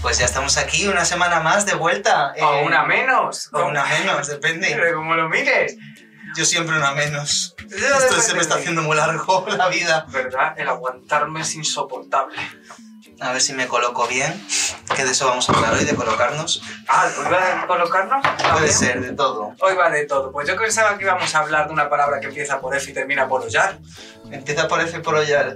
Pues ya estamos aquí, una semana más de vuelta. O eh, una menos. o una menos, Pero depende. como lo mires. Yo siempre una menos. Esto depende se me está de- haciendo muy largo la vida. ¿Verdad? El aguantarme es insoportable. A ver si me coloco bien, que de eso vamos a hablar hoy, de colocarnos. Ah, ¿hoy va a colocarnos? Puede También. ser, de todo. Hoy va de todo. Pues yo pensaba que íbamos a hablar de una palabra que empieza por F y termina por Ollar. Empieza por F por Ollar.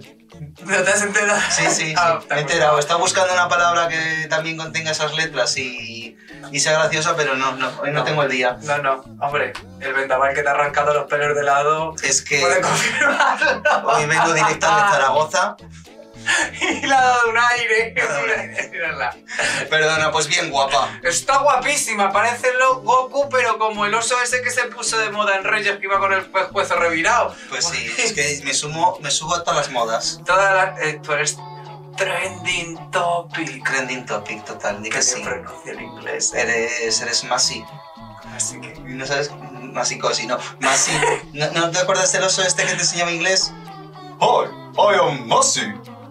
¿No te has enterado? Sí, sí, sí. Ah, Me he enterado. Estaba buscando una palabra que también contenga esas letras y, y sea graciosa, pero no, no, hoy no No. tengo el día. No, no. Hombre, el vendaval que te ha arrancado los pelos de lado... Es que Puede confirmarlo. hoy vengo directa de Zaragoza. y le ha dado un aire. Le ha dado un aire. Mírala. Perdona, pues bien guapa. Está guapísima, parece lo Goku, pero como el oso ese que se puso de moda en Reyes que iba con el pescuezo revirado. Pues sí, es que me, sumo, me subo a todas las modas. Todas las. eh, tú eres trending topic. Trending topic total, di Que que sí. se pronuncia en inglés. eh. Eres, eres masi. Así que. No sabes, masi cosi, no. Masi. ¿No, no te acuerdas del oso este que te enseñaba inglés? Hi, I am Masi.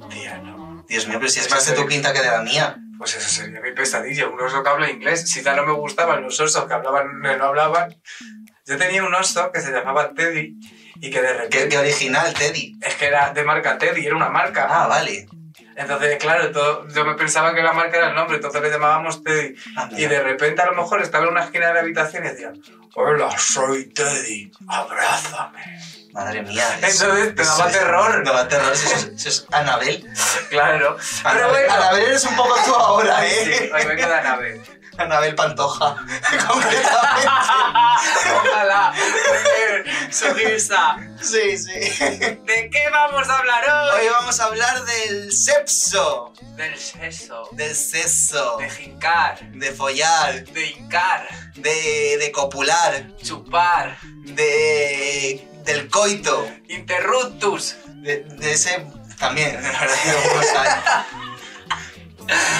Tía, no. Dios mío, pero si es más de tu quinta que de la mía. Pues eso sería mi pesadilla, un oso que habla inglés. Si ya no me gustaban los osos que hablaban, que no hablaban. Yo tenía un oso que se llamaba Teddy y que de Qué, repente. qué original, Teddy. Es que era de marca Teddy, era una marca. Ah, vale. Entonces, claro, todo- yo me pensaba que la marca era el nombre, entonces le llamábamos Teddy. Ah, mira. Y de repente a lo mejor estaba en una esquina de la habitación y decía, hola, soy Teddy, abrázame. Madre mía. Entonces, te daba es- terror. Te daba terror. Eso es, eso es Anabel. Claro. Pero Anabel- bueno, Anabel eres un poco tú ahora, sí, ¿eh? hoy vengo de Anabel. Anabel Pantoja, concretamente. Ojalá. Su risa. Sí, sí. ¿De qué vamos a hablar Hoy hoy? vamos a hablar del sepso, Del sexo, del sexo, de jincar, de follar, de hincar, de, de copular, chupar, de, del coito, interruptus. de, de ese también, la verdad que no lo sé.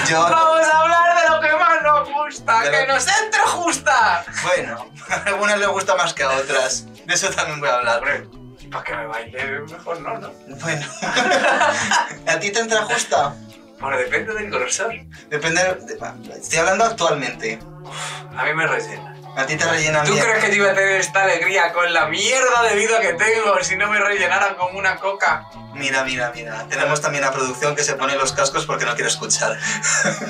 Yo, Vamos a hablar de lo que más nos gusta, De lo- que nos entre justa. bueno, a algunas les gusta más que a otras, de eso también voy a hablar. Hombre, para que me baile mejor no, ¿no? Bueno, ¿a ti te entra justa? Bueno, depende del grosor. Depende. de- estoy hablando actualmente. A mí me rellena. A ti te rellenan ¿Tú bien. crees que te iba a tener esta alegría con la mierda de vida que tengo si no me rellenaran con una coca? Mira, mira, mira. Tenemos también a producción que se pone los cascos porque no quiere escuchar.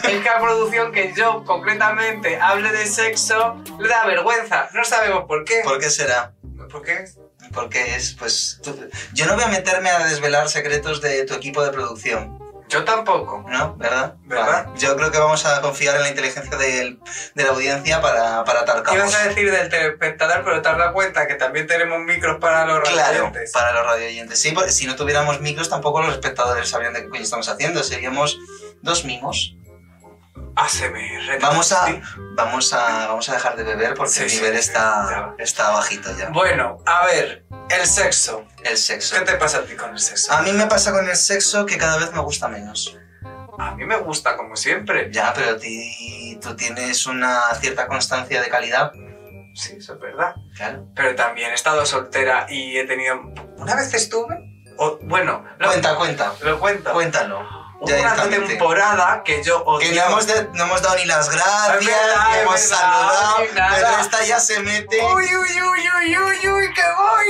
Es que a producción que yo concretamente hable de sexo le da vergüenza. No sabemos por qué. ¿Por qué será? ¿Por qué? Porque es, pues. tú- Yo no voy a meterme a desvelar secretos de tu equipo de producción, Yo tampoco. ¿no? ¿Verdad? ¿Verdad? Vale. Yo creo que vamos a confiar en la inteligencia del- de la audiencia para, para atar cabos. Ibas a decir del telespectador, pero te has dado cuenta que también tenemos micros para los Claro, radioyentes. para los radioyentes. Sí, porque si no tuviéramos micros, tampoco los espectadores sabrían de qué coño estamos haciendo. Seríamos dos mimos. ASMR. Vamos a, Sí. vamos a, vamos a dejar de beber porque Sí, el sí, nivel sí, está, está bajito ya. Bueno, a ver, el sexo. El sexo. ¿Qué te pasa a ti con el sexo? A mí me pasa con el sexo que cada vez me gusta menos. A mí me gusta como siempre. Ya, pero a ti- tú tienes una cierta constancia de calidad. Sí, eso es verdad. Claro. Pero también he estado soltera y he tenido... Una vez estuve... o- bueno, lo, Cuenta, cuenta. lo cuento. Cuéntalo. Hubo ya una directamente. temporada que yo Que no odiaba... hemos, de- no hemos dado ni las gracias, Pues Es verdad, ni es hemos verdad, saludado, ni nada. pero esta ya se mete. Uy, uy, uy, uy, uy, uy, que voy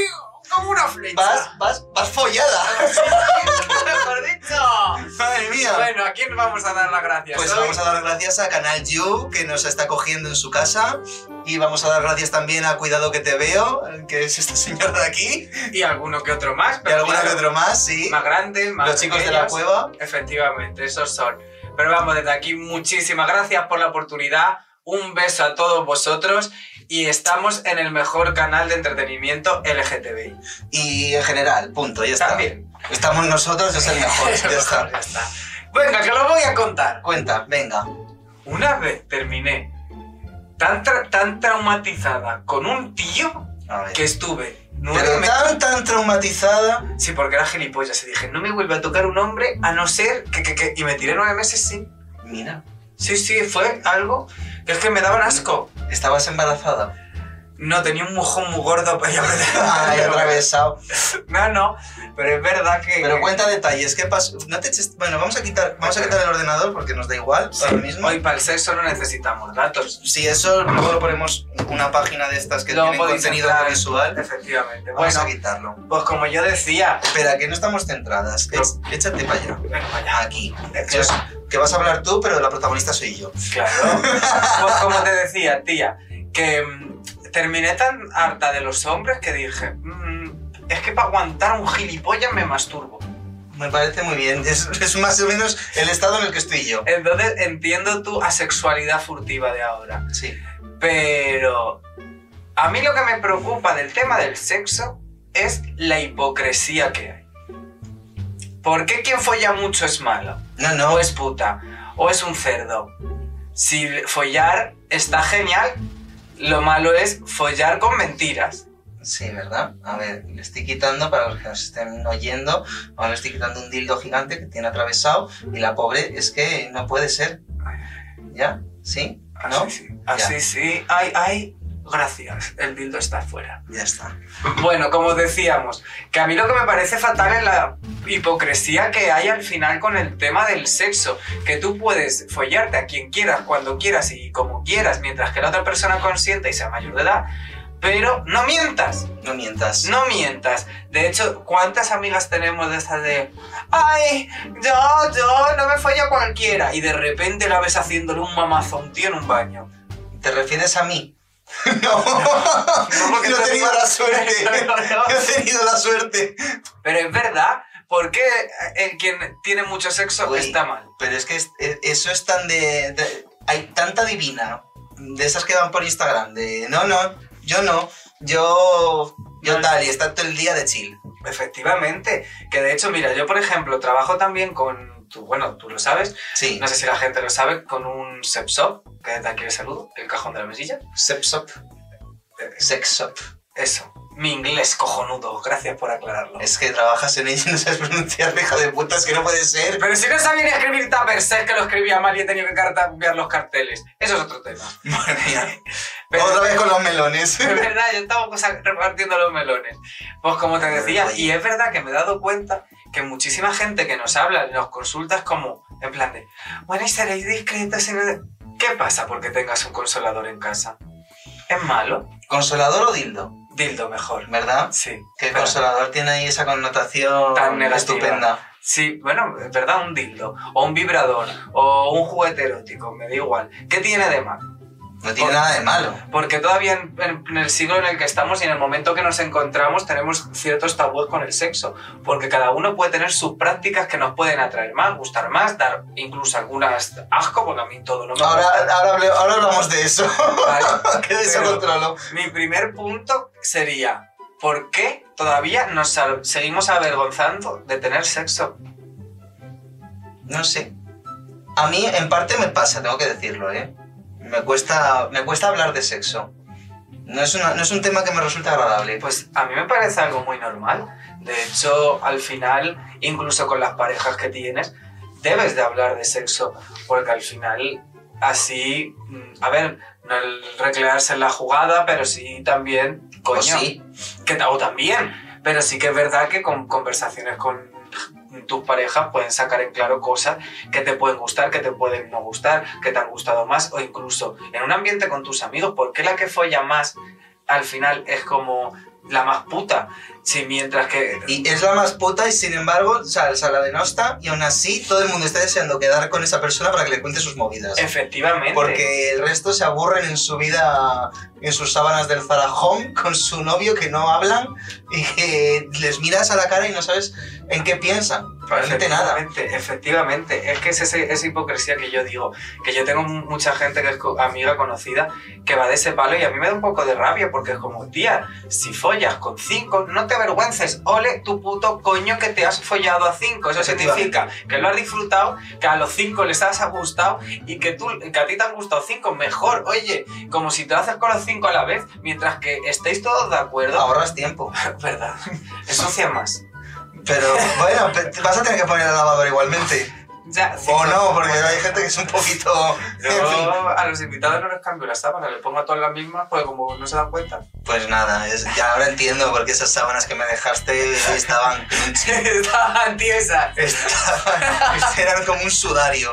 como una flecha. vas, vas, vas follada. Mejor dicho. Madre mía. Bueno, ¿a quién vamos a dar las gracias? Pues hoy? vamos a dar gracias a Canal You, que nos está cogiendo en su casa. Y vamos a dar gracias también a Cuidado que te veo, que es esta señora de aquí. Y alguno que otro más. Y pero alguno que claro, otro más, sí. Más grandes, más Los chicos de la pequeños. cueva. Efectivamente, esos son. Pero vamos, desde aquí muchísimas gracias por la oportunidad. Un beso a todos vosotros y estamos en el mejor canal de entretenimiento LGTBI. Y en general, punto, ya está. También. Estamos nosotros, es el mejor, ya está. Ya está. Venga, que lo voy a contar. Cuenta, venga. Una vez terminé tan, tra- tan traumatizada con un tío A ver. que estuve nueve Pero meses. tan, tan traumatizada. Sí, porque era gilipollas. Y dije, no me vuelve a tocar un hombre a no ser que. que- que- Y me tiré nueve meses sin. Mira, Sí, sí, fue algo que es que me daban asco. estabas embarazada. No, tenía un mojón muy gordo para Ay, atravesado. No, no, pero es verdad que... Pero cuenta detalles, ¿qué pasó? No te eches- Bueno, vamos a quitar, vamos a quitar el ordenador porque nos da igual ahora mismo. Hoy para el sexo no necesitamos datos. Si eso, luego lo ponemos una página de estas que Luego tienen podéis contenido entrar. visual. Efectivamente. Vamos Bueno, a quitarlo. pues como yo decía... Espera, que no estamos centradas. Ech- échate para allá. Bueno, vaya. Aquí. Que os- que vas a hablar tú, pero la protagonista soy yo. Claro. Pues como te decía, tía, que mm, terminé tan harta de los hombres que dije, "Mm, es que para aguantar un gilipollas me masturbo. Me parece muy bien. Es, es más o menos el estado en el que estoy yo. Entonces entiendo tu asexualidad furtiva de ahora. Sí. Pero a mí lo que me preocupa del tema del sexo es la hipocresía que hay. ¿Por qué quien folla mucho es malo? No, no. o es puta, o es un cerdo. Si follar está genial, lo malo es follar con mentiras. Sí, ¿verdad? A ver, le estoy quitando, para los que nos estén oyendo, ahora le estoy quitando un dildo gigante que tiene atravesado y la pobre es que no puede ser. ¿Ya? ¿Sí? Así ¿No? sí. Así sí. Ay, ay, gracias. El dildo está fuera. Ya está. Bueno, como decíamos, que a mí lo que me parece fatal es la hipocresía que hay al final con el tema del sexo. Que tú puedes follarte a quien quieras, cuando quieras y como quieras, mientras que la otra persona consienta y sea mayor de edad. Pero no mientas. No mientas. No mientas. De hecho, ¿cuántas amigas tenemos de esas de... Ay, yo, yo, no me follo a cualquiera. Y de repente la ves haciéndole un mamazo a un tío en un baño. ¿Te refieres a mí? No. porque Yo he te- tenido la suerte. No, no. Yo he tenido la suerte. Pero es verdad, porque el quien tiene mucho sexo Uy. está mal. Pero es que es- e- eso es tan de, de- Hay tanta divina. De esas que van por Instagram. De no, no, yo no. Yo. Yo No. tal, y está todo el día de chill. Efectivamente. Que de hecho, mira, yo por ejemplo trabajo también con... Tú, bueno, tú lo sabes. Sí. No sé si la gente lo sabe, con un sex shop, que desde aquí le saludo, el cajón de la mesilla. Sex shop. Sex shop. Eso. Mi inglés cojonudo. Gracias por aclararlo. Es que trabajas en ello y no sabes pronunciar, hija de puta, es que no puede ser. Pero si no sabía ni escribir tuppers, es que lo escribía mal y he tenido que carta- cambiar los carteles. Eso es otro tema. Madre mía. Pero, Otra vez con los melones. Es verdad, yo estaba cosa- repartiendo los melones. Pues como te decía, y es verdad que me he dado cuenta que muchísima gente que nos habla, nos consulta, es como, en plan de, bueno, y seréis discretos. y no- ¿Qué pasa porque tengas un consolador en casa? ¿Es malo? Consolador o dildo, Dildo mejor. ¿verdad? Sí. Que el pero- consolador tiene ahí esa connotación Tan negativa. estupenda. Sí, bueno, es verdad, un dildo, o un vibrador, o un juguete erótico, me da igual. ¿Qué tiene de malo? No tiene nada de malo. Porque todavía en, en- en el siglo en el que estamos y en el momento que nos encontramos tenemos ciertos tabúes con el sexo, porque cada uno puede tener sus prácticas que nos pueden atraer más, gustar más, dar incluso algunas asco, porque a mí todo no me Ahora, gusta. ahora, hable- ahora hablamos de eso. ¿vale? que de eso Pero- controlo. Mi primer punto sería, ¿por qué todavía nos sal- seguimos avergonzando de tener sexo? No sé. A mí, en parte, me pasa, tengo que decirlo, ¿eh? Me cuesta, me cuesta hablar de sexo. No es, una- no es un tema que me resulta agradable. Pues a mí me parece algo muy normal. De hecho, al final, incluso con las parejas que tienes, debes de hablar de sexo, porque al final, así, mm, a ver, no el recrearse en la jugada, pero sí también, coño, O Pues sí, que ta- o también, pero sí que es verdad que con conversaciones con tus parejas pueden sacar en claro cosas que te pueden gustar, que te pueden no gustar, que te han gustado más, o incluso en un ambiente con tus amigos, ¿por qué la que folla más al final es como la más puta? Si mientras que... Y es la más puta y sin embargo, o sea, se la denosta y aún así todo el mundo está deseando quedar con esa persona para que le cuente sus movidas. Efectivamente. Porque el resto se aburren en su vida, en sus sábanas del Zarajón, con su novio que no hablan y que les miras a la cara y no sabes en qué piensan. Realmente nada. Efectivamente, efectivamente. Es que es ese- esa hipocresía que yo digo, que yo tengo mu- mucha gente que es co- amiga conocida que va de ese palo y a mí me da un poco de rabia porque es como, tía, si follas con cinco, no te avergüences, ole tu puto coño que te has follado a cinco. Eso significa Efectivamente. que lo has disfrutado, que a los cinco les has gustado y que, tú, que a ti te han gustado cinco, mejor, oye, como si te lo haces con los cinco a la vez, mientras que estéis todos de acuerdo, Ahorras tiempo. ¿verdad? Ensucia más. Pero bueno, pe- vas a tener que poner la lavadora igualmente. O sea, sí, O no, porque hay gente que es un poquito. Yo En fin. a los invitados no les cambio las sábanas, les pongo a todas las mismas porque como no se dan cuenta. Pues nada, es- ya ahora entiendo por qué esas sábanas que me dejaste estaban. Estaban tiesas. estaban eran como un sudario.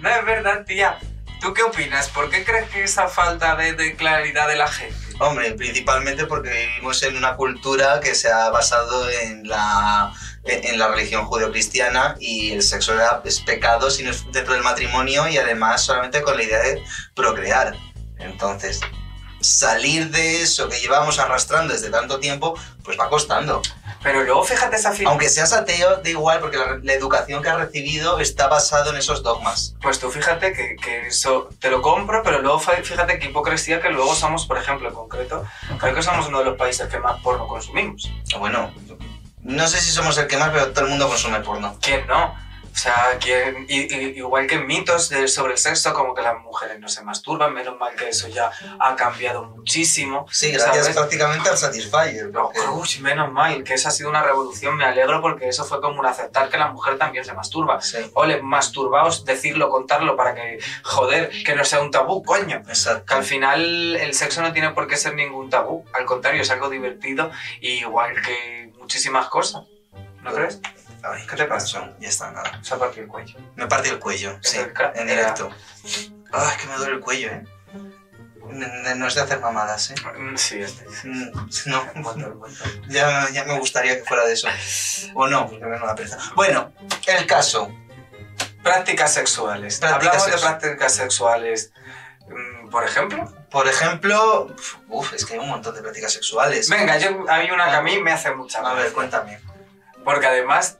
No es verdad, tía. ¿Tú qué opinas? ¿Por qué crees que esa falta de, de claridad de la gente? Hombre, principalmente porque vivimos en una cultura que se ha basado en la, en la religión judeocristiana y el sexo era es pecado sin el- dentro del matrimonio y además solamente con la idea de procrear. Entonces, salir de eso que llevamos arrastrando desde tanto tiempo, pues va costando. Pero luego fíjate esa figura. Aunque seas ateo, da igual, porque la, la educación que has recibido está basada en esos dogmas. Pues tú fíjate que, que eso te lo compro, pero luego fa- fíjate qué hipocresía que luego somos, por ejemplo, en concreto, creo que somos uno de los países que más porno consumimos. Bueno, no sé si somos el que más, pero todo el mundo consume porno. ¿Quién no? O sea, ¿quién- i- i- igual que mitos de- sobre el sexo, como que las mujeres no se masturban, menos mal que eso ya ha cambiado muchísimo. Sí, gracias ¿Sabes? prácticamente al Satisfyer. No, porque- uy, menos mal, que esa ha sido una revolución, me alegro porque eso fue como un aceptar que la mujer también se masturba. Sí, Ole, masturbaos, decirlo, contarlo para que, joder, que no sea un tabú, coño. exacto. Que al final el sexo no tiene por qué ser ningún tabú, al contrario, es algo divertido y igual que muchísimas cosas. ¿No crees? Ay, ¿Qué te pasa? corazón, Ya está, nada. Se ha partido el cuello. Me partí el cuello, sí, el crack en era- directo. mm. Ay, es que me duele el cuello, ¿eh? N- n- No es de hacer mamadas, ¿eh? Mm, Sí, este. Mm, No, Bueno, bueno. ya, ya me gustaría que fuera de eso. O no, porque me da pereza. Bueno, el caso. Prácticas sexuales. Prácticas Hablamos sexu- de prácticas sexuales, mm, por ejemplo. Por ejemplo, uf, es que hay un montón de prácticas sexuales. Venga, yo, hay una que a mí me hace mucha A ver, gracia. cuéntame. Porque además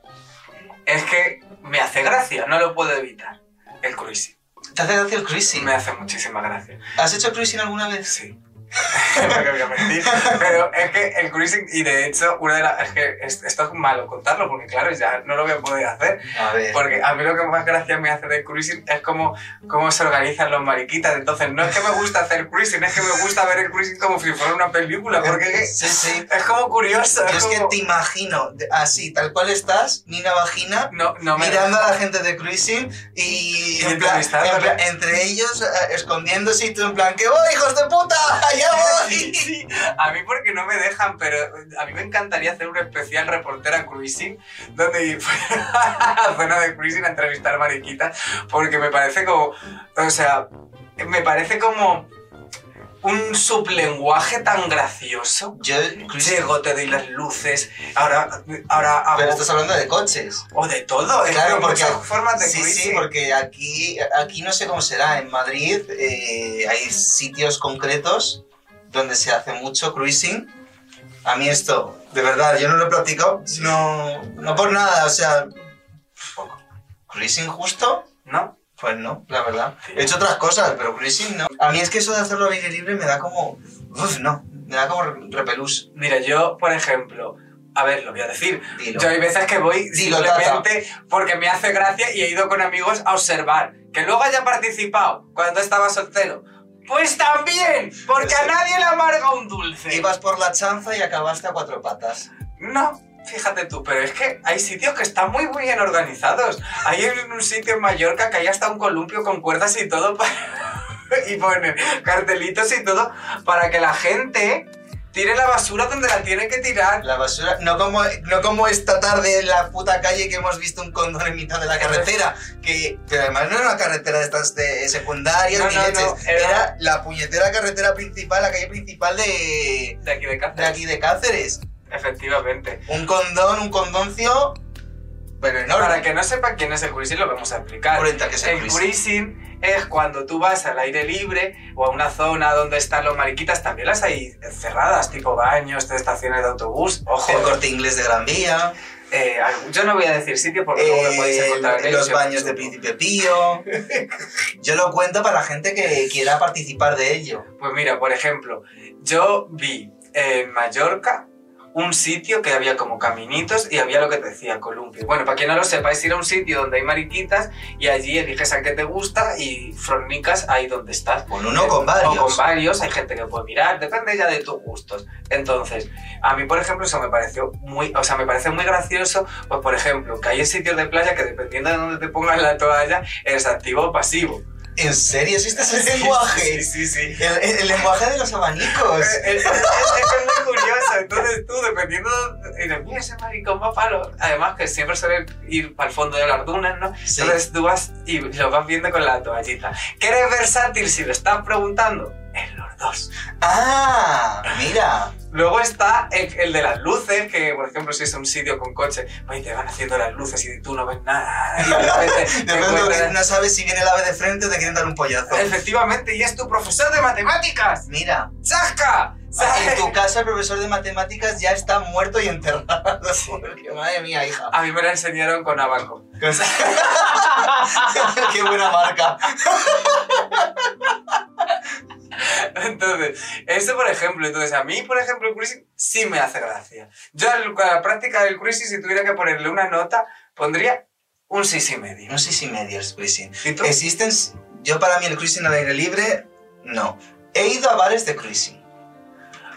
es que me hace gracia, no lo puedo evitar. El cruising. ¿Te hace gracia el cruising? Me hace muchísima gracia. ¿Has hecho cruising alguna vez? Sí. no voy a mentir. Pero es que el cruising, y de hecho, una de las. Es que es- esto es malo contarlo, porque claro, ya no lo voy a poder hacer. A ver. Porque a mí lo que más gracia me hace de cruising es como cómo se organizan los mariquitas. Entonces, no es que me gusta hacer cruising, es que me gusta ver el cruising como si fuera una película, porque es, Sí, sí. es como curioso. Yo Es es que como- te imagino de- así, tal cual estás, Nina Vagina, No, no me. mirando a la gente de cruising y, Y en plan- entrevistándole. en plan- entre ellos eh, escondiéndose y tú en plan, ¡que voy, hijos de puta! ¡Allá Sí, voy! sí. A mí porque no me dejan, pero a mí me encantaría hacer un especial reportera cruising, donde ir a la zona de cruising a entrevistar mariquitas, porque me parece como, o sea, me parece como un sublenguaje tan gracioso. Yo, cruising, Llego, te doy las luces, ahora, ahora hago- Ah, pero estás hablando de coches. O de todo, es que Claro, hay porque- muchas formas Ah, de Sí, cruising. sí, porque aquí, aquí no sé cómo será. En Madrid eh, hay sitios concretos donde se hace mucho cruising. A mí esto, de verdad, yo no lo he practicado, no, no por nada, o sea, cruising justo, ¿No? Pues no, la verdad. Sí. He hecho otras cosas, pero cruising no. A mí es que eso de hacerlo al aire libre me da como... Uf, no. Me da como re- repelús. Mira, yo, por ejemplo, a ver, lo voy a decir, Dilo. Yo hay veces que voy Dilo, simplemente porque me hace gracia y he ido con amigos a observar. Que luego haya participado cuando estaba soltero. Pues también, porque a Sí. nadie le amarga un dulce. Ibas por la chanza y acabaste a cuatro patas. No, fíjate tú, pero es que hay sitios que están muy muy bien organizados. Hay en un sitio en Mallorca que hay hasta un columpio con cuerdas y todo para- y ponen cartelitos y todo para que la gente tire la basura donde la tiene que tirar. La basura... No como, no como esta tarde en la puta calle que hemos visto un condón en mitad de la carretera. Que, que además no era una carretera de estas de secundarias No, ni no, no, leches. era- era... la puñetera carretera principal, la calle principal de... De aquí de De Cáceres. aquí de Cáceres. Efectivamente. Un condón, un condoncio... Pero enorme. Para que no sepa quién es el cruising, lo vamos a explicar. Ahorita que sea El cruising. cruising es cuando tú vas al aire libre o a una zona donde están los mariquitas, también las hay cerradas, tipo baños, estaciones de autobús. Ojo, El corte inglés de Gran Vía. eh, algún- yo no voy a decir sitio porque luego me podéis Eh, encontrar en los ellos. baños de Príncipe Pío. Yo lo cuento para la gente que quiera participar de ello. Pues mira, por ejemplo, yo vi en Mallorca un sitio que había como caminitos y había lo que te decía, columpio. Bueno, para quien no lo sepa, es ir a un sitio donde hay mariquitas y allí eliges al que te gusta y fornicas ahí donde estás. Con uno o con varios. O con varios, hay gente que puede mirar, depende ya de tus gustos. Entonces, a mí, por ejemplo, eso me pareció muy, o sea, me parece muy gracioso, pues por ejemplo, que hay sitios de playa que dependiendo de dónde te pongas la toalla, es activo o pasivo. ¿En serio existe ese lenguaje? Pues Sí, sí, sí. Eh, El, el- el lenguaje de los abanicos. Es, es- es- es muy curioso. Entonces tú, dependiendo, dices, mira ese maricón va palo. Además que siempre suele ir al fondo de las dunas, ¿no? Sí. Entonces tú vas y lo vas viendo con la toallita. ¿Que eres versátil si lo estás preguntando? En los dos. Ah, mira. Luego está el, el de las luces, que por ejemplo si es un sitio con coche, pues, y te van haciendo las luces y tú no ves nada. Y de repente De te pronto encuentras- no sabes si viene el ave de frente o te quieren dar un pollazo. Efectivamente, y es tu profesor de matemáticas. Mira, ¡Zasca! en tu casa el profesor de matemáticas ya está muerto y enterrado. Porque, madre mía, hija. A mí me la enseñaron con abaco. Qué buena marca. Entonces, eso por ejemplo, entonces a mí, por ejemplo, el cruising sí me hace gracia. Yo al- a la práctica del cruising, si tuviera que ponerle una nota, pondría un 6 y medio. No sé si medio el cruising. ¿Y tú? Existen. Yo, para mí, el cruising al aire libre, no. He ido a bares de cruising.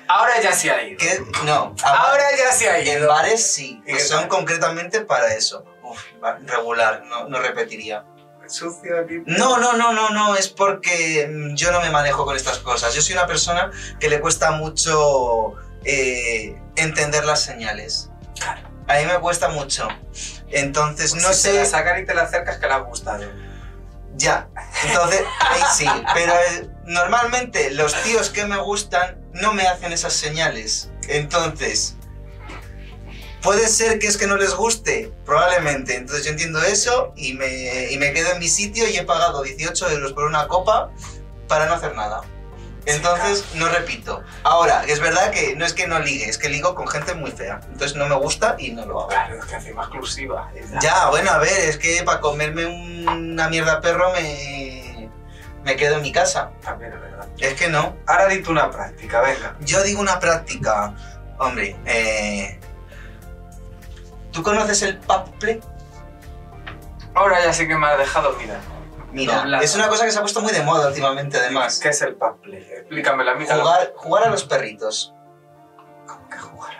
Ahora ya se ha ido. Que, no. a ba- Ahora ya se ha En ido. bares sí, ¿Y que qué son tal? concretamente para eso. Uf, va- regular, no, no repetiría. Sucio, limpio. No, no, no, no, no, es porque mm, yo no me manejo con estas cosas. Yo soy una persona que le cuesta mucho eh, entender las señales. Claro. A mí me cuesta mucho. Entonces, no si Te la sé. sacan y te la acercas que la ha gustado. Ya. Entonces, ahí sí. Pero eh, normalmente los tíos que me gustan no me hacen esas señales. Entonces, puede ser que es que no les guste, probablemente. Entonces yo entiendo eso y me, y me quedo en mi sitio y he pagado 18 euros por una copa para no hacer nada. Entonces, no repito. Ahora, es verdad que no es que no ligue, es que ligo con gente muy fea. Entonces no me gusta y no lo hago. Claro, es que hace más exclusiva. es la- Ya, bueno, a ver, es que para comerme una mierda perro me, me quedo en mi casa. También es verdad. Es que no. Ahora di tú una práctica, venga. Yo digo una práctica. Hombre, eh, ¿tú conoces el paple? Ahora ya sí que me ha dejado mirar. Mira, Doblado. es una cosa que se ha puesto muy de moda últimamente, además. ¿Qué es el pub play? Explícamelo a mí. Jugar, jugar a los perritos. ¿Cómo que jugar?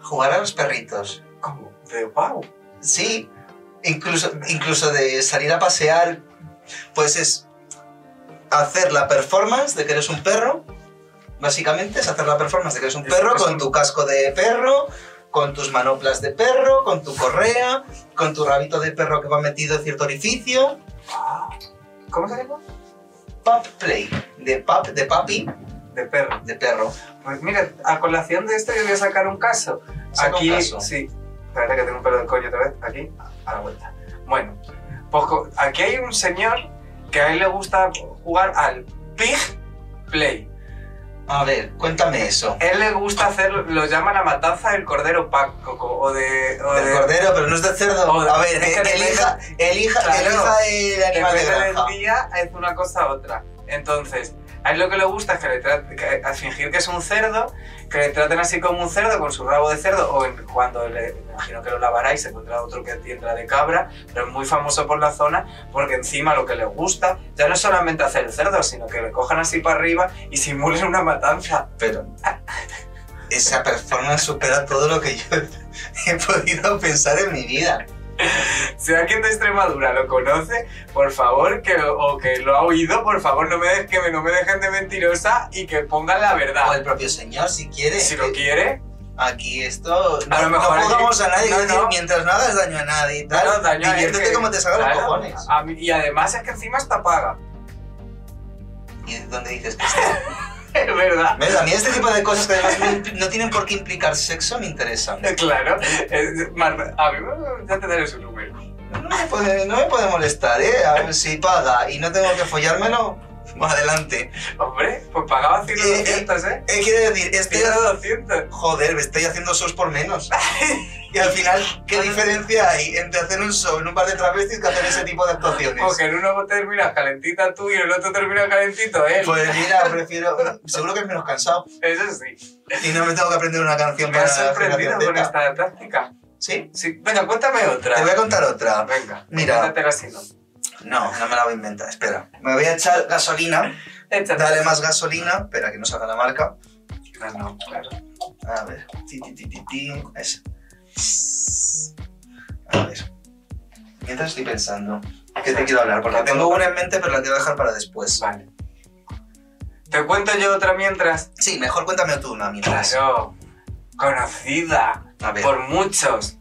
Jugar a los perritos. ¿Cómo? De wow. Sí, incluso, incluso de salir a pasear, pues es hacer la performance de que eres un perro. Básicamente es hacer la performance de que eres un Es- perro es con un- tu casco de perro, con tus manoplas de perro, con tu correa, con tu rabito de perro que va metido en cierto orificio. Ah. ¿Cómo se llama? Pup play, de pup, de papi, De perro. de perro. Pues mira, a colación de esto yo voy a sacar un caso. Saca un aquí, caso. sí. Espérate que tengo un pelo de coño otra vez. Aquí, a la vuelta. Bueno, pues co- aquí hay un señor que a él le gusta jugar al pig play. A ver, cuéntame eso. Él le gusta hacer, lo llama la matanza del cordero pácoco o de... O Del de- cordero, pero no es de cerdo. Joder, A ver, es Oh, que eh, elija, elija, Claro. elija el animal de Depende granja. del día es una cosa a otra. Entonces, a él lo que le gusta es que le trate, que- a fingir que es un cerdo, que le traten así como un cerdo, con su rabo de cerdo, o en- cuando le, me imagino que lo lavará y se encuentra otro que tendrá de cabra, pero es muy famoso por la zona, porque encima lo que le gusta ya no es solamente hacer el cerdo, sino que le cojan así para arriba y simulen una matanza. Pero esa performance supera todo lo que yo he podido pensar en mi vida. Si alguien de Extremadura lo conoce, por favor, que, o que lo ha oído, por favor, no me, de- que me- no me dejen de mentirosa y que pongan la O verdad. el propio señor, si quiere. Si lo quiere, Aquí esto. No, A lo mejor no aquí- juzgamos a nadie. no, es decir, no. mientras no hagas daño a nadie y tal. No, daño a diviértete él, que- como te salga claro, los cojones. a mí- y además es que encima está paga. Y es donde dices que está. Es verdad. ¿Ves? A mí este tipo de cosas que además no impl- no tienen por qué implicar sexo me interesan. Claro. Es- Mar- a mí me- ya te daré su número. No me puede, no me puede molestar, ¿eh? A ver si paga y no tengo que follármelo. adelante. Hombre, pues pagaba 100 o Eh, eh, 200, ¿eh? Eh, quiero decir, estoy, 100 o 200. joder, me estoy haciendo shows por menos. Y al final, Ah, ¿qué diferencia hay entre hacer un show en un par de travestis que hacer ese tipo de actuaciones? O que en uno terminas calentita tú y en el otro terminas calentito él. Pues mira, prefiero. Seguro que es menos cansado. Eso sí. Y no me tengo que aprender una canción Me has para la sorprendido generación con Z. esta táctica. ¿Sí? Sí, venga, cuéntame otra. Te voy a contar otra. Venga, Mira. cuéntatela si no. No, no me la voy a inventar. Espera. Me voy a echar gasolina. Échate. Dale más gasolina. Espera, que no salga la marca. No, no, claro. A ver. Ti, ti, ti, ti, ti. Esa. A ver. Mientras estoy pensando. ¿Qué te quiero hablar? Porque tengo una en mente, pero la quiero dejar para después. Vale. ¿Te cuento yo otra mientras? Sí, mejor cuéntame tú una mientras. Claro. Conocida. A ver. por muchos.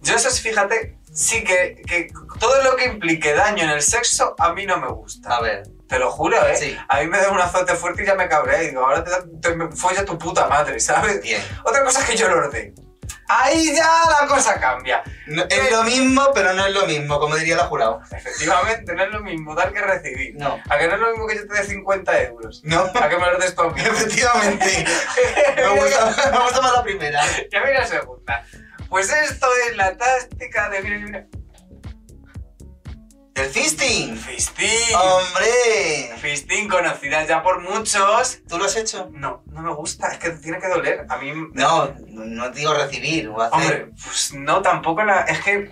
Yo eso, sí, fíjate, sí que, que todo lo que implique daño en el sexo a mí no me gusta. A ver. Te lo juro, ¿eh? Sí. A mí me da un azote fuerte y ya me cabré. Y digo, ahora te, da- te me folla tu puta madre, ¿sabes? Bien. Otra cosa es que yo lo ordeno. Ahí ya la cosa cambia. No- es lo mismo, pero no es lo mismo, como diría la jurado. Efectivamente, no es lo mismo dar que recibir. No. A que no es lo mismo que yo te dé 50 euros. No. A que me lo des tú a mí. pues, Efectivamente. Me gusta, me gusta más la primera. Ya mira la segunda. Pues esto es la táctica de... Mira, mira, El fisting. Fistín. ¡Hombre! Fisting conocida ya por muchos. ¿Tú lo has hecho? No, no me gusta, es que tiene que doler. A mí, No, no digo recibir o hacer. hombre, pues no, tampoco la... Es que,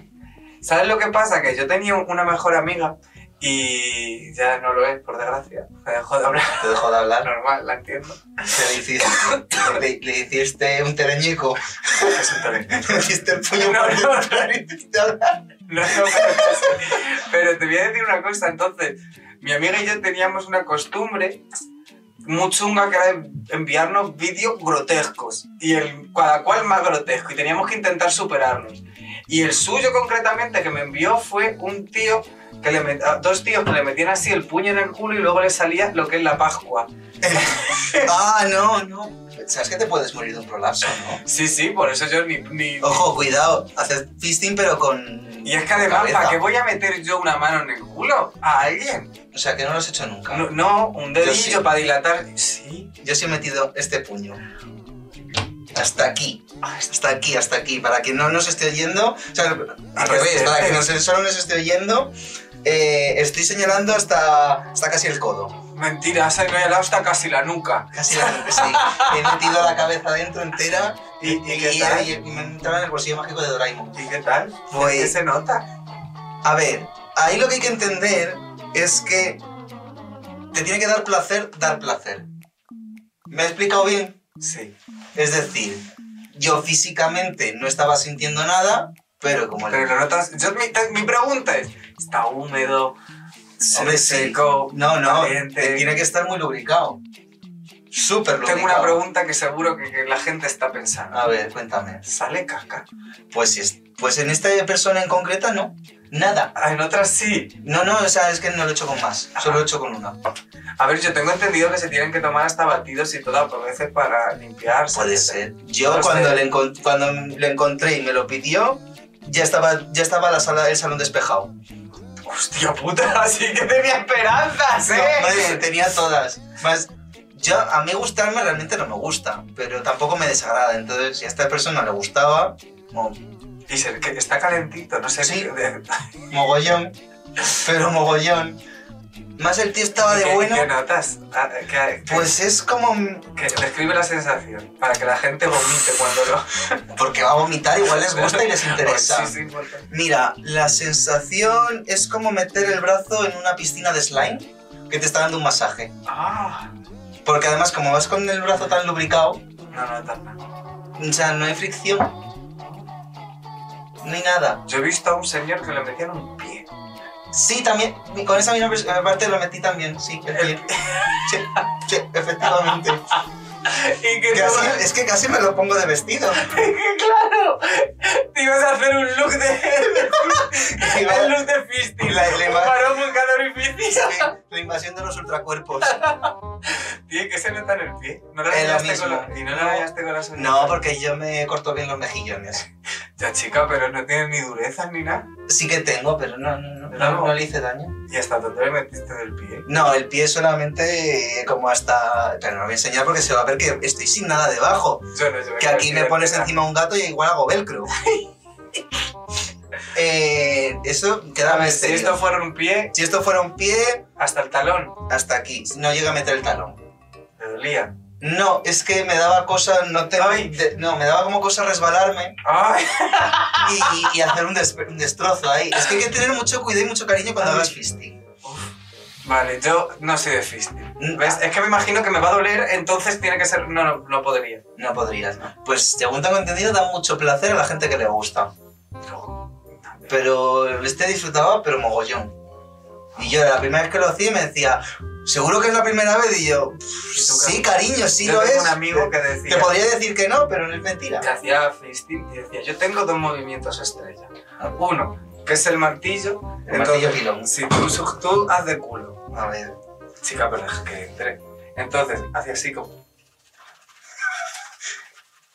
¿sabes lo que pasa? Que yo tenía una mejor amiga y ya no lo es, por desgracia. Me dejó de hablar, Te dejo de hablar. normal, la entiendo. Te le, hiciste, le, le hiciste un tereñico. Es un talento. Le hiciste el puño No, por no, dentro y te hiciste hablar. No, no, pero, pero te voy a decir una cosa, entonces, mi amiga y yo teníamos una costumbre muy chunga que era enviarnos vídeos grotescos, y el, cada cual más grotesco, y teníamos que intentar superarnos. Y el suyo concretamente que me envió fue un tío, que le met- a dos tíos que le metían así el puño en el culo y luego le salía lo que es la Pascua. Ah, no, no. ¿Sabes que te puedes morir de un prolapso, no? Sí, sí, por eso yo ni... ni- Ojo, cuidado. Hacer fisting, pero con. y es que además, cabeza. ¿para qué voy a meter yo una mano en el culo a alguien? O sea, que no lo has hecho nunca. No, no, un Yo dedillo sí. para dilatar. Sí, Yo sí he metido este puño. Hasta aquí. Hasta aquí, hasta aquí. Para que no nos esté oyendo. O sea, al revés, para que nos, solo nos esté oyendo. eh, estoy señalando hasta, hasta casi el codo. Mentira, se me ha helado hasta casi la nuca. Casi la sí. He metido la cabeza dentro entera y, ¿Y- y qué y- tal? y me entraba en el bolsillo mágico de Doraemon. ¿Y qué tal? Pues- ¿Qué se nota? A ver, ahí lo que hay que entender es que te tiene que dar placer dar placer. ¿Me he explicado bien? Sí. Es decir, yo físicamente no estaba sintiendo nada, pero como el- Pero lo notas. Yo, mi, te- mi pregunta es: ¿está húmedo? ¿Se Hombre, sí. seco? No, no, caliente? te tiene que estar muy lubricado. Súper lubricado. Tengo una pregunta que seguro que, que la gente está pensando. A ver, cuéntame. ¿Sale caca? Pues, si es- pues en esta persona en concreta no. Nada. Ah, En otras sí. No, no, o sea, es que no lo he hecho con más. Solo lo he hecho con una. A ver, yo tengo entendido que se tienen que tomar hasta batidos y todo a veces para limpiarse. Puede ser. Yo Puede cuando ser. le, encon- cuando le encontré y me lo pidió, ya estaba, ya estaba la sala, el salón despejado. Hostia puta, así que tenía esperanzas, ¿eh? No, madre, tenía todas. Más, yo, a mí gustarme realmente no me gusta, pero tampoco me desagrada. Entonces, si a esta persona le gustaba, mo- Y se- que está calentito, no sé. Sí. qué- mogollón, pero mogollón. Más el tío estaba ¿Qué- Ah, de bueno, ¿Qué notas? Ah, ¿Qué, qué- pues es como... Que describe la sensación para que la gente vomite cuando lo. Porque va a vomitar, igual les gusta y les interesa. Sí, sí, porque- Mira, la sensación es como meter el brazo en una piscina de slime que te está dando un masaje. Ah, Porque además, como vas con el brazo tan lubricado, no, no, tan mal. o sea, no hay fricción. No hay nada. Yo he visto a un señor que le metían un pie. Sí, también. Con esa misma pers- parte lo metí también, sí. el pie. Sí, sí, efectivamente. Y que Casi- es que casi me lo pongo de vestido. que claro, te ibas a hacer un look de. Y va- look de fisting. La- la imagen- varón buscando orificio. sí, la invasión de los ultracuerpos. Tío, ¿qué se nota en el pie? No lo Es lo rayaste con mismo. la. Y no lo rayaste con la suya. No, porque yo me corto bien los mejillones. Ya chica, pero no tiene ni durezas ni nada. Sí que tengo, pero no, no, no, Pero no, no. no le hice daño. ¿Y hasta dónde le metiste del pie? No, el pie solamente eh, como hasta... Pero no lo voy a enseñar porque se va a ver que estoy sin nada debajo. Yo no, yo Que aquí quiero me pones empezar. encima un gato y igual hago velcro. Eh, eso queda A ver, si misterio. esto fuera un pie, Si esto fuera un pie, hasta el talón. hasta aquí. No llega a meter el talón. Me dolía. No, es que me daba cosa... No, te, Ay. de- no me daba como cosa resbalarme ¡Ay! y, y hacer un, des- un destrozo ahí. Es que hay que tener mucho cuidado y mucho cariño cuando Ay. hagas fisting. Vale, yo no soy de fisting. ¿Ves? Es que me imagino que me va a doler, entonces tiene que ser. No, no, no podría. No podrías, ¿no? Pues según tengo entendido, da mucho placer a la gente que le gusta. Pero este disfrutaba, pero mogollón. Y yo la primera vez que lo hacía me decía, seguro que es la primera vez. Y yo, sí, cariño, sí yo lo tengo es. eh, un amigo que Te decía. podría decir que no, pero no es mentira. que hacía fisting y decía: Yo tengo dos movimientos estrella. Uno, que es el martillo. El martillo entonces, pilón. Si tú, su- tú haz de culo. A ver. Chica, pero deja que entre. Entonces, hacía así como.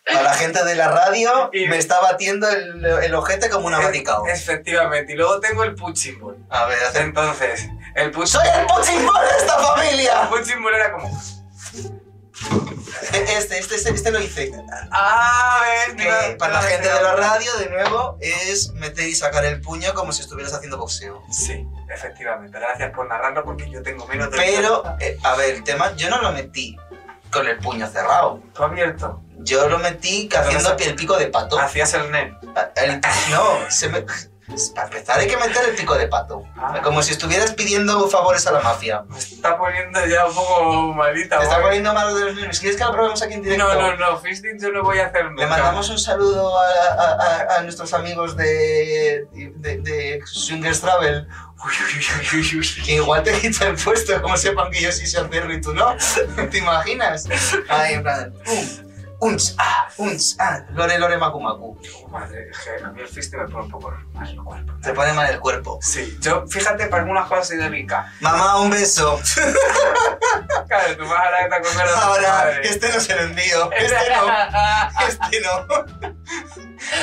Para la gente de la radio, Y- Eh, me está batiendo el, el ojete como un abaticao. Efectivamente. Y luego tengo el punching ball. A ver, hacer... Entonces, el punching ¡Soy el puchimbol de esta familia! punching ball era como. Este, este, este, este lo hice. ¡Ah, ves! Que mira, para la mira, este gente mira, de la mira". radio, de nuevo, es meter y sacar el puño como si estuvieras haciendo boxeo. Sí, efectivamente. Gracias por narrarlo porque yo tengo menos de. Pero, eh, a ver, el tema, yo no lo metí con el puño cerrado. Tú abierto. Yo lo metí no haciendo sa- Ah. el pico de pato. Ah, Hacías el net. El- no, se me- para empezar hay que meter el pico de pato. Ah. Como si estuvieras pidiendo favores a la mafia. Me está poniendo ya un poco malita. Te está guay. poniendo malo de los nervios. ¿Quieres que lo probemos aquí en directo? No, no, no. Fisting yo no voy a hacer nunca. Le mandamos un saludo a, a- a- a nuestros amigos de, de, de Swingers Travel. Uy, uy, uy, uy, uy. Que igual te quita el puesto, como sepan que yo sí sé hacerlo y tú no. ¿Te imaginas? Ahí, en plan, um, uns, ah, uns, ah, lore, lore, macu, macu. Oh, Madre, es que a mí el fisting me pone un poco mal el cuerpo. Te pone mal el cuerpo. Sí, yo fíjate, para algunas cosas soy delicada. Mamá, un beso. Claro, tú vas a la que te acuerdas de tu Ahora, madre. este no se lo envío. Este no, este no.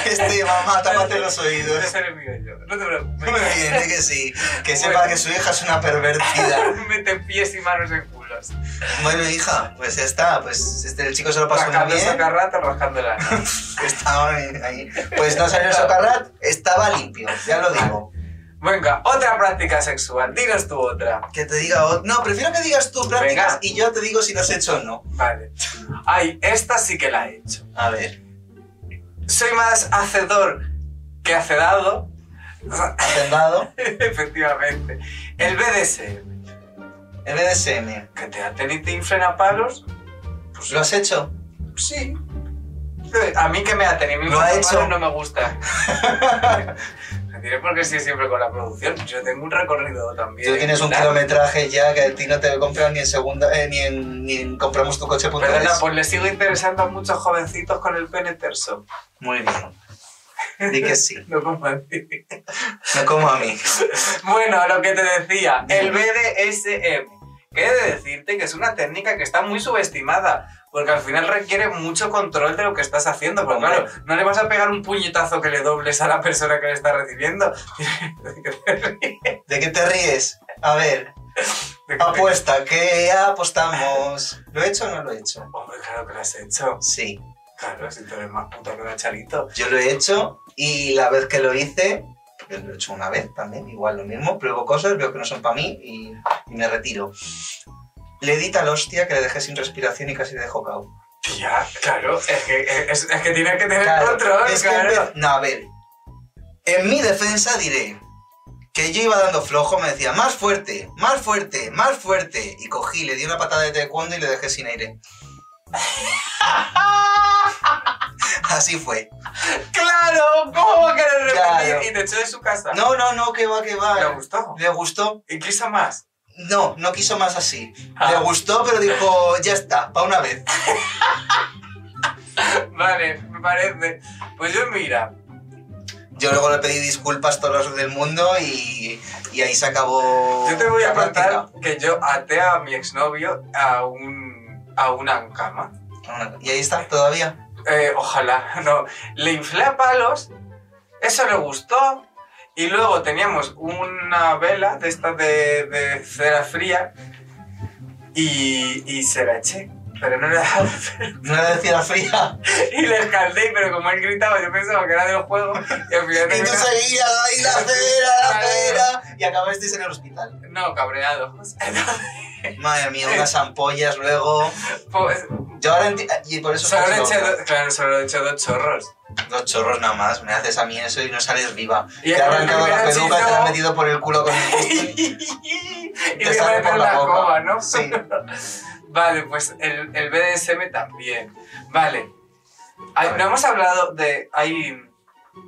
Este, mamá, tápate los Te oídos. seré yo, no te Muy preocupes. bien, di que sí. Que sepa que su hija es una pervertida. Mete pies y manos en culos. Bueno, hija, pues ya está. Pues este, el chico se lo pasó muy Rascando bien. socarrata, rascando la nariz. Estaba ahí. Pues no salió el socarrat, estaba limpio, ya lo digo. Venga, otra práctica sexual. Dinos tú otra. Que te diga. o- No, prefiero que digas tú prácticas y yo te digo si lo has hecho o no. Vale. Ay, esta sí que la he hecho. A ver, Soy más hacedor que hacedado. atendado. Efectivamente. El BDSM. El BDSM. Que te aten y te inflen a palos. Pues lo has hecho. Sí. A mí que me aten y me Lo ha inflen a hecho. palos no me gusta. Me diré porque sí siempre con la producción. Yo tengo un recorrido también. Tú tienes un Nah, kilometraje ya que a ti no te compran ni en segunda, eh, ni, en, ni en compramos tu coche. punto Perdona, es. pues le sigo interesando a muchos jovencitos con el pene terso. Muy bien. Di que sí. No como a ti. No como a mí. Bueno, lo que te decía, Dime. el BDSM. Que he de decirte que es una técnica que está muy subestimada, porque al final requiere mucho control de lo que estás haciendo. Porque Hombre. claro, no le vas a pegar un puñetazo que le dobles a la persona que le está recibiendo. De que te- ¿De qué te ríes? A ver, de que te- apuesta, ¿qué apostamos? ¿Lo he hecho o no lo he hecho? Hombre, claro que lo has hecho. Sí. Claro, si tú eres más puto que un charito. Yo lo he hecho y la vez que lo hice, porque lo he hecho una vez también, igual lo mismo, pruebo cosas, veo que no son para mí y, y me retiro. Le di tal hostia que le dejé sin respiración y casi le dejó cao. Tía, claro, es que, es, es que tienes que tener Claro, control, es que claro. empe- No, a ver. En mi defensa diré que yo iba dando flojo, me decía, más fuerte, más fuerte, más fuerte. Y cogí, le di una patada de taekwondo y le dejé sin aire. Así fue. ¡Claro! ¿Cómo va a querer repetir? Claro. Y te echó de su casa. No, no, no, que va, que ¿Le va. gustó? Le gustó. ¿Y quizá más? No, no quiso más así. Le Ah. gustó, pero dijo, ya está, pa' una vez. Vale, me parece. Pues yo mira, Yo luego le pedí disculpas a todos los del mundo y, y ahí se acabó. yo te voy a la contar práctica. que yo até a mi exnovio a un a una cama. Y ahí está, todavía. Eh, ojalá, no. Le inflé a palos Eso le gustó. Y luego teníamos una vela de esta de, de cera fría y, y se la eché. Pero no era. No era de cera fría. Y le escaldé, pero como él gritaba, yo pensaba que era del juego. Y al final. Y tú terminó- seguías ahí la cera, la cera. Y acabasteis en el hospital. No, cabreado. Entonces, Madre mía, unas ampollas luego. pues, Yo ahora enti- Y por eso. solo le estás eché loca. dos, claro, solo le eché dos chorros. Dos chorros nada más, me haces a mí eso y no sales viva. Y te el ha arrancado la primer peluca y te la hechizo- has metido por el culo con el y Te me sale sale por por la la boca. coba, ¿no? Sí. Vale, pues el, el BDSM también. Vale. Ay, A ver. no hemos hablado de. Hay.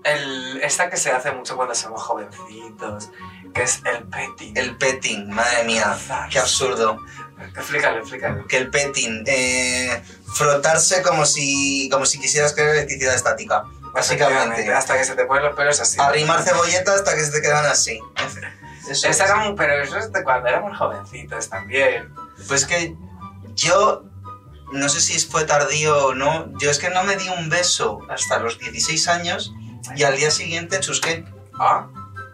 El, esta que se hace mucho cuando somos jovencitos, que es el petting. El petting, madre mía, qué absurdo. Explícalo, explícalo. Que el petting, eh, frotarse como si, como si quisieras crear electricidad estática, básicamente. Efectivamente, Hasta que se te ponen los pelos así. Arrimar cebolletas hasta que se te quedan así. Eso Esa es. era muy- pero eso es de cuando éramos jovencitos también. Pues que yo, no sé si fue tardío o no, yo es que no me di un beso hasta los 16 años y al día siguiente chusqué Ah,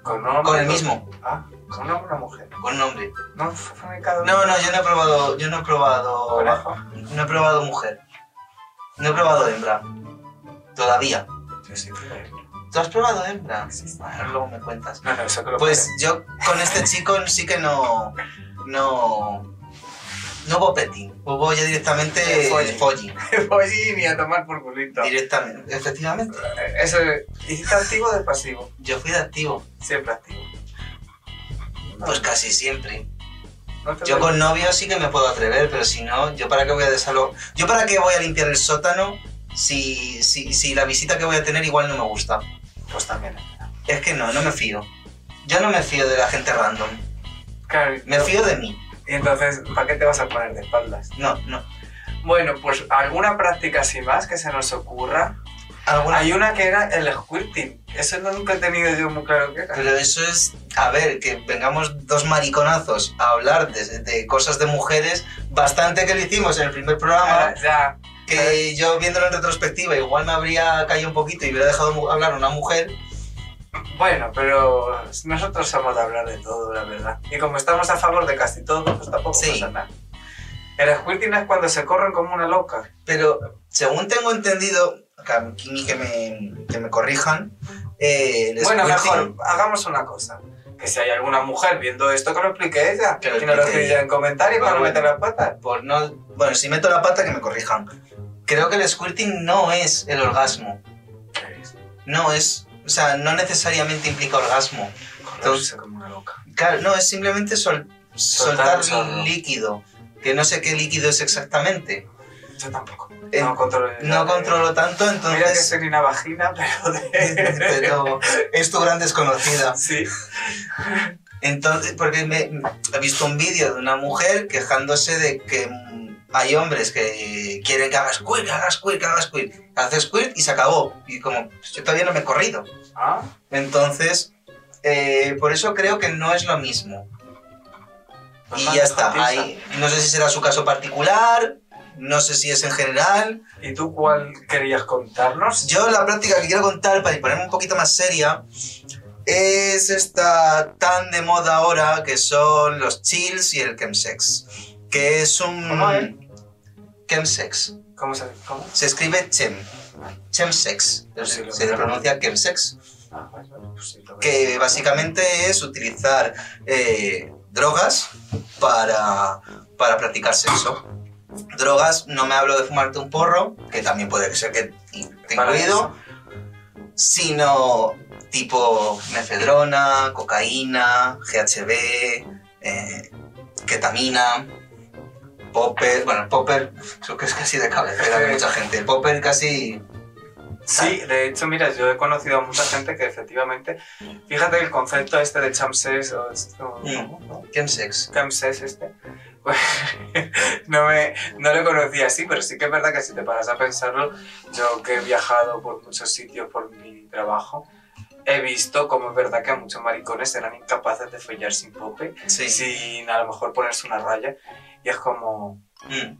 con un hombre. con el mismo, Ah, con un hombre o una mujer. con nombre. No, fue fabricado. No, no, yo no he probado, yo no he probado, Conejo. no he probado mujer, no he probado hembra, todavía. Yo sí, pero- ¿Tú has probado hembra? Sí, sí. Bueno, luego me cuentas. No, no, eso que lo Pues yo con este chico sí que no, no, no hubo petting, hubo ya directamente Folling. folling, Oye, pues ni a tomar por culito. directamente, efectivamente. Eso, ¿hiciste activo o de pasivo? Yo fui de activo, Siempre activo. pues casi siempre. No te Yo doy- con novio sí que me puedo atrever, pero si no, ¿yo para qué voy a desalo... ¿Yo para qué voy a limpiar el sótano si, si, si la visita que voy a tener igual no me gusta? Pues también. Es que no, no me fío. Yo no me fío de la gente random. Claro, Me no. fío de mí. Y entonces, ¿para qué te vas a poner de espaldas? No, no. Bueno, pues alguna práctica así más que se nos ocurra. Alguna... Hay una que era el squirting. Eso no nunca he tenido yo muy claro qué era. Pero eso es... A ver, que vengamos dos mariconazos a hablar de, de cosas de mujeres, bastante que lo hicimos en el primer Ah, programa, ya. que yo viéndolo en retrospectiva igual me habría caído un poquito y hubiera dejado mu- hablar a una mujer. Bueno, pero nosotros somos de hablar de todo, la verdad. Y como estamos a favor de casi todo, pues tampoco Sí. pasa nada. El squirting es cuando se corren como una loca. Pero según tengo entendido, que a mí que me, que me corrijan, eh, el bueno, squirting- mejor, hagamos una cosa. Que si hay alguna mujer viendo esto, que lo explique ella. Que lo y nos lo explique escribe ella. en comentarios para Vale. no meter las patas. Por no, bueno, si meto la pata que me corrijan. Creo que el squirting no es el orgasmo. No es, o sea, no necesariamente implica orgasmo. Correrse como una loca. Claro, no, es simplemente sol- Soltar soltar, algo. líquido. Que no sé qué líquido es exactamente. Yo tampoco. Eh, no controlo. No controlo tanto, Mira que entonces. soy ni una vagina, pero de... Pero es tu gran desconocida. Sí. Entonces, porque me, he visto un vídeo de una mujer quejándose de que mm, hay hombres que quieren que hagas squirt, que hagas squirt, que hagas squirt. Haces squirt y se acabó. Y como, "Pues yo todavía no me he corrido. Ah, Entonces, eh, por eso creo que no es lo mismo. pues Y no, ya está. deja Ahí, no sé si será su caso particular, no sé si es en general. prisa. ¿Y tú cuál querías contarnos? Yo la práctica que quiero contar, para ponerme un poquito más seria, es esta tan de moda ahora que son los chills y el chemsex. Que es un... ¿Cómo es? Chemsex. ¿Cómo se cómo? Se escribe chem. Chemsex. Yo sí lo Se veo. pronuncia chemsex. Ah, bueno, pues sí, lo que veo. básicamente es utilizar eh, drogas para, para practicar sexo. Drogas, no me hablo de fumarte un porro, que también puede ser que te Para incluido, sino tipo mefedrona, cocaína, GHB, eh, ketamina, popper. Bueno, el popper creo que es casi de cabecera de mucha gente. El popper casi... Sí, de hecho, mira, yo he conocido a mucha gente que efectivamente, fíjate que el concepto este de chamses o esto, Mm. Chemsex. chamses este, pues, no, me, no lo conocía así, pero sí que es verdad que si te paras a pensarlo, yo que he viajado por muchos sitios por mi trabajo, he visto como es verdad que muchos maricones eran incapaces de follar sin pope, Sí. sin a lo mejor ponerse una raya, y es como, Mm. ¿qué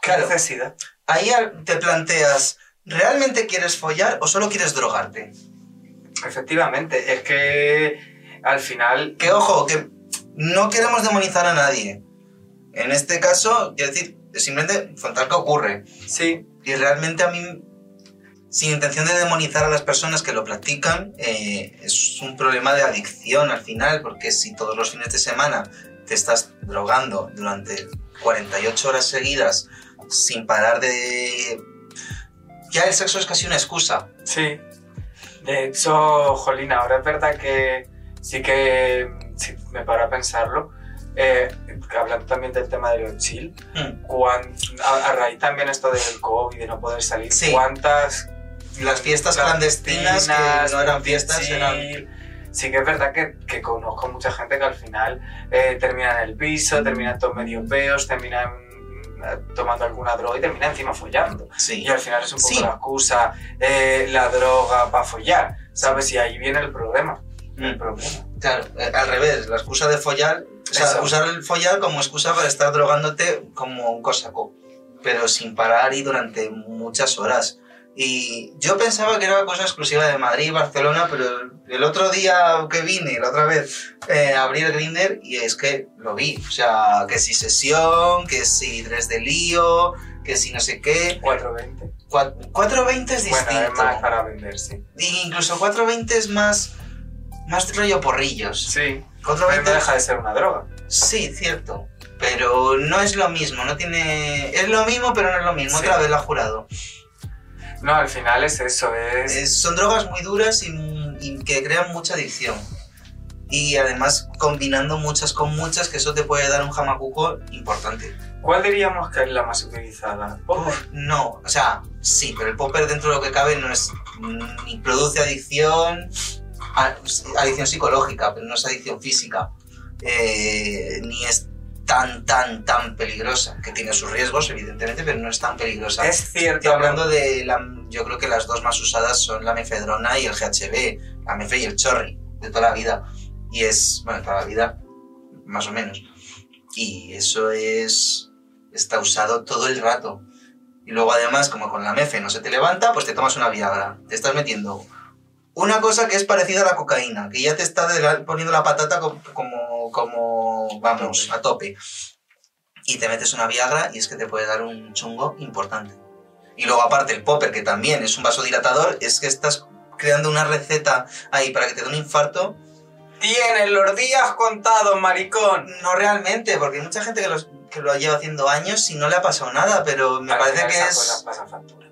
Claro. necesidad? ahí te planteas, ¿realmente quieres follar o solo quieres drogarte? Efectivamente, es que al final Que ojo, que no queremos demonizar a nadie. En este caso, quiero decir, simplemente contar que ocurre. sí, Y realmente a mí, sin intención de demonizar a las personas que lo practican, eh, es un problema de adicción al final, porque si todos los fines de semana te estás drogando durante 48 horas seguidas sin parar de... Ya el sexo es casi una excusa. sí. De hecho, Jolina, ahora es verdad que sí que si me paro a pensarlo. eh, hablando también del tema de los chill, Mm. cuan- a, a raíz también esto del COVID, de no poder salir, Sí. ¿cuántas Las fiestas clandestinas, que no eran fiestas, sí. eran... Sí que es verdad que, que conozco mucha gente que al final eh, termina en el Mm. piso, termina todos medio peos, termina mm, tomando alguna droga y termina encima follando. Sí. Y al final es un poco Sí. la excusa, eh, la droga para follar, ¿sabes? Y ahí viene el problema. El Mm. problema. Claro, eh, al revés, la excusa de follar, o sea, Eso. usar el follar como excusa para estar drogándote como un cosaco, pero sin parar y durante muchas horas. Y yo pensaba que era cosa exclusiva de Madrid y Barcelona, pero el- el otro día que vine, la otra vez, eh, abrí el Grinder y es que lo vi. O sea, que si sesión, que si tres de lío, que si no sé qué. 420. Cua- 4.20 es distinto. Bueno, es más para venderse. E incluso 4.20 es más, más rollo porrillos. Sí, pero 4.20 no deja de ser una droga. Sí, cierto. Pero no es lo mismo, no tiene. Es lo mismo, pero no es lo mismo. Sí. Otra vez la ha jurado. No, al final es eso, es... Es- son drogas muy duras y, y que crean mucha adicción. Y además combinando muchas con muchas, que eso te puede dar un jamacuco importante. ¿Cuál diríamos que es la más utilizada? Poco. No, o sea, sí, pero el popper dentro de lo que cabe no es. ni produce adicción. a- adicción psicológica, pero no es adicción física. Eh, ni es tan, tan, tan peligrosa. Que tiene sus riesgos, evidentemente, pero no es tan peligrosa. Es cierto. Estoy hablando de. La, yo creo que las dos más usadas son la mefedrona y el GHB. La mefe y el chorri, de toda la vida. Y es. bueno, toda la vida, más o menos. Y eso es. está usado todo el rato. Y luego, además, como con la mefe no se te levanta, pues te tomas una Viagra. Te estás metiendo una cosa que es parecida a la cocaína, que ya te está de la- poniendo la patata co- como, como, vamos, a tope. Y te metes una Viagra y es que te puede dar un chungo importante. Y luego aparte el popper, que también es un vasodilatador, es que estás creando una receta ahí para que te dé un infarto. Tienes los días contados, maricón. No realmente, porque hay mucha gente que, los- que lo lleva haciendo años y no le ha pasado nada, pero me Al parece final que esas es... cosas pasan factura.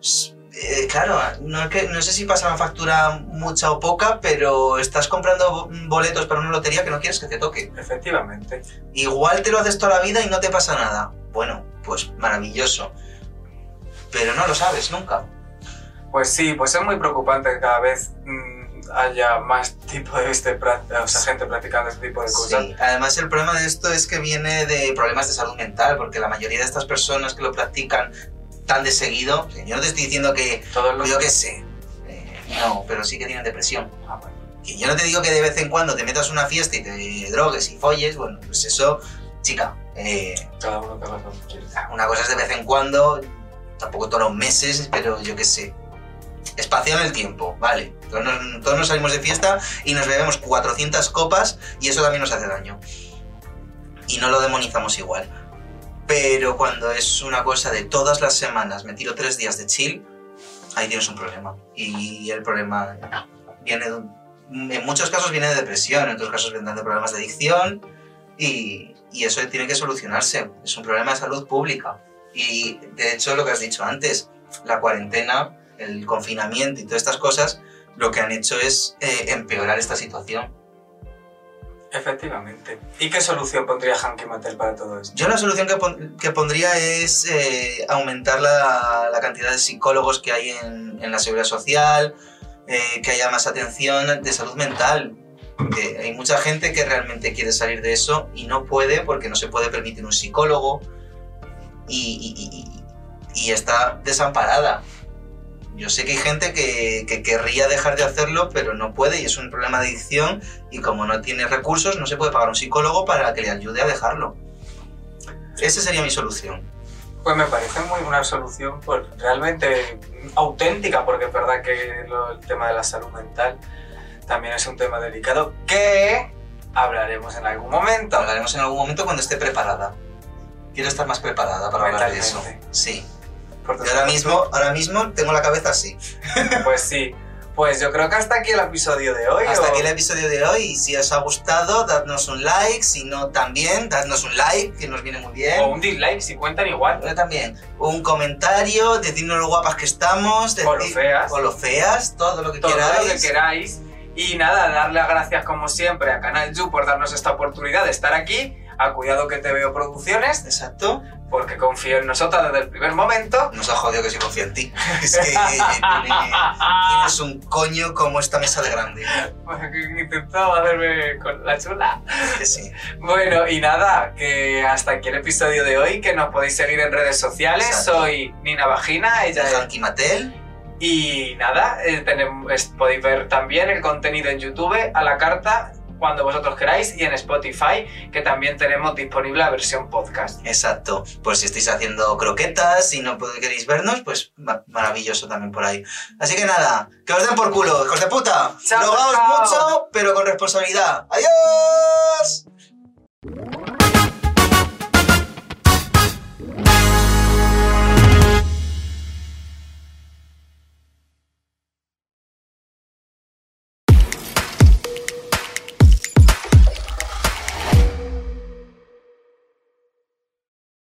Eh, claro, no, es que- no sé si pasa la factura mucha o poca, pero estás comprando bo- boletos para una lotería que no quieres que te toque. Efectivamente. Igual te lo haces toda la vida y no te pasa nada. Bueno, pues maravilloso. Pero no lo sabes nunca. Pues sí, pues es muy preocupante que cada vez mm, haya más tipo de este, prac- o sea, gente practicando este tipo de cosas. Sí, Además, el problema de esto es que viene de problemas de salud mental, porque la mayoría de estas personas que lo practican tan de seguido, o sea, yo no te estoy diciendo que, Todos los... yo qué sé, eh, no, pero sí que tienen depresión. Ah, bueno. Que yo no te digo que de vez en cuando te metas a una fiesta y te drogues y folles, bueno, pues eso, chica, eh, Cada uno que haga lo que quiera. una cosa es de vez en cuando, tampoco todos los meses, pero yo qué sé. Espaciado en el tiempo, vale. Todos nos, todos nos salimos de fiesta y nos bebemos 400 copas y eso también nos hace daño. Y no lo demonizamos igual. Pero cuando es una cosa de todas las semanas, me tiro tres días de chill, ahí tienes un problema. Y el problema viene de un- en muchos casos viene de depresión, en otros casos vendrán de problemas de adicción y, y eso tiene que solucionarse. Es un problema de salud pública. Y de hecho, lo que has dicho antes, la cuarentena, el confinamiento y todas estas cosas, lo que han hecho es eh, empeorar esta situación. Efectivamente. ¿Y qué solución pondría Hanky Mattel para todo esto? Yo la solución que, pon- que pondría es eh, aumentar la, la cantidad de psicólogos que hay en, en la seguridad social, eh, que haya más atención de salud mental. Porque hay mucha gente que realmente quiere salir de eso y no puede porque no se puede permitir un psicólogo y, y- y- y- y está desamparada. Yo sé que hay gente que, que querría dejar de hacerlo, pero no puede y es un problema de adicción y como no tiene recursos no se puede pagar un psicólogo para que le ayude a dejarlo. Esa sería mi solución. Pues me parece muy una solución pues, realmente auténtica, porque es verdad que lo- el tema de la salud mental también es un tema delicado que hablaremos en algún momento. Hablaremos en algún momento cuando esté preparada. Quiero estar más preparada para hablar de eso. Mentalmente. Sí. Porque Y ahora mismo, ahora mismo tengo la cabeza así. Pues sí. Pues yo creo que hasta aquí el episodio de hoy. Hasta o- aquí el episodio de hoy. Y si os ha gustado, dadnos un like. Si no, también, dadnos un like, que nos viene muy bien. O un dislike si cuentan igual. Yo también. Un comentario, decidnos lo guapas que estamos. O lo decid- feas. o lo feas, todo lo que todo queráis. lo que queráis. Y nada, dar las gracias como siempre a Canal You por darnos esta oportunidad de estar aquí, a Cuidado que te veo producciones, Exacto. porque confío en nosotras desde el primer momento. Nos ha jodido que se confía en ti. Es que eh, tiene- tienes un coño como esta mesa de grande. Porque Intentaba hacerme con la chula. Que sí. Bueno, y nada, que hasta aquí el episodio de hoy, que nos podéis seguir en redes sociales. Exacto. Soy Nina Vagina, ella es Hanky Mattel. Y nada, eh, tenem- es- podéis ver también el contenido en YouTube a la carta cuando vosotros queráis y en Spotify, que también tenemos disponible la versión podcast. Exacto. Pues si estáis haciendo croquetas y no pod- queréis vernos, pues ma- maravilloso también por ahí. Así que nada, que os den por culo, hijos de puta. Chao, Drogaos chao. mucho, pero con responsabilidad. ¡Adiós!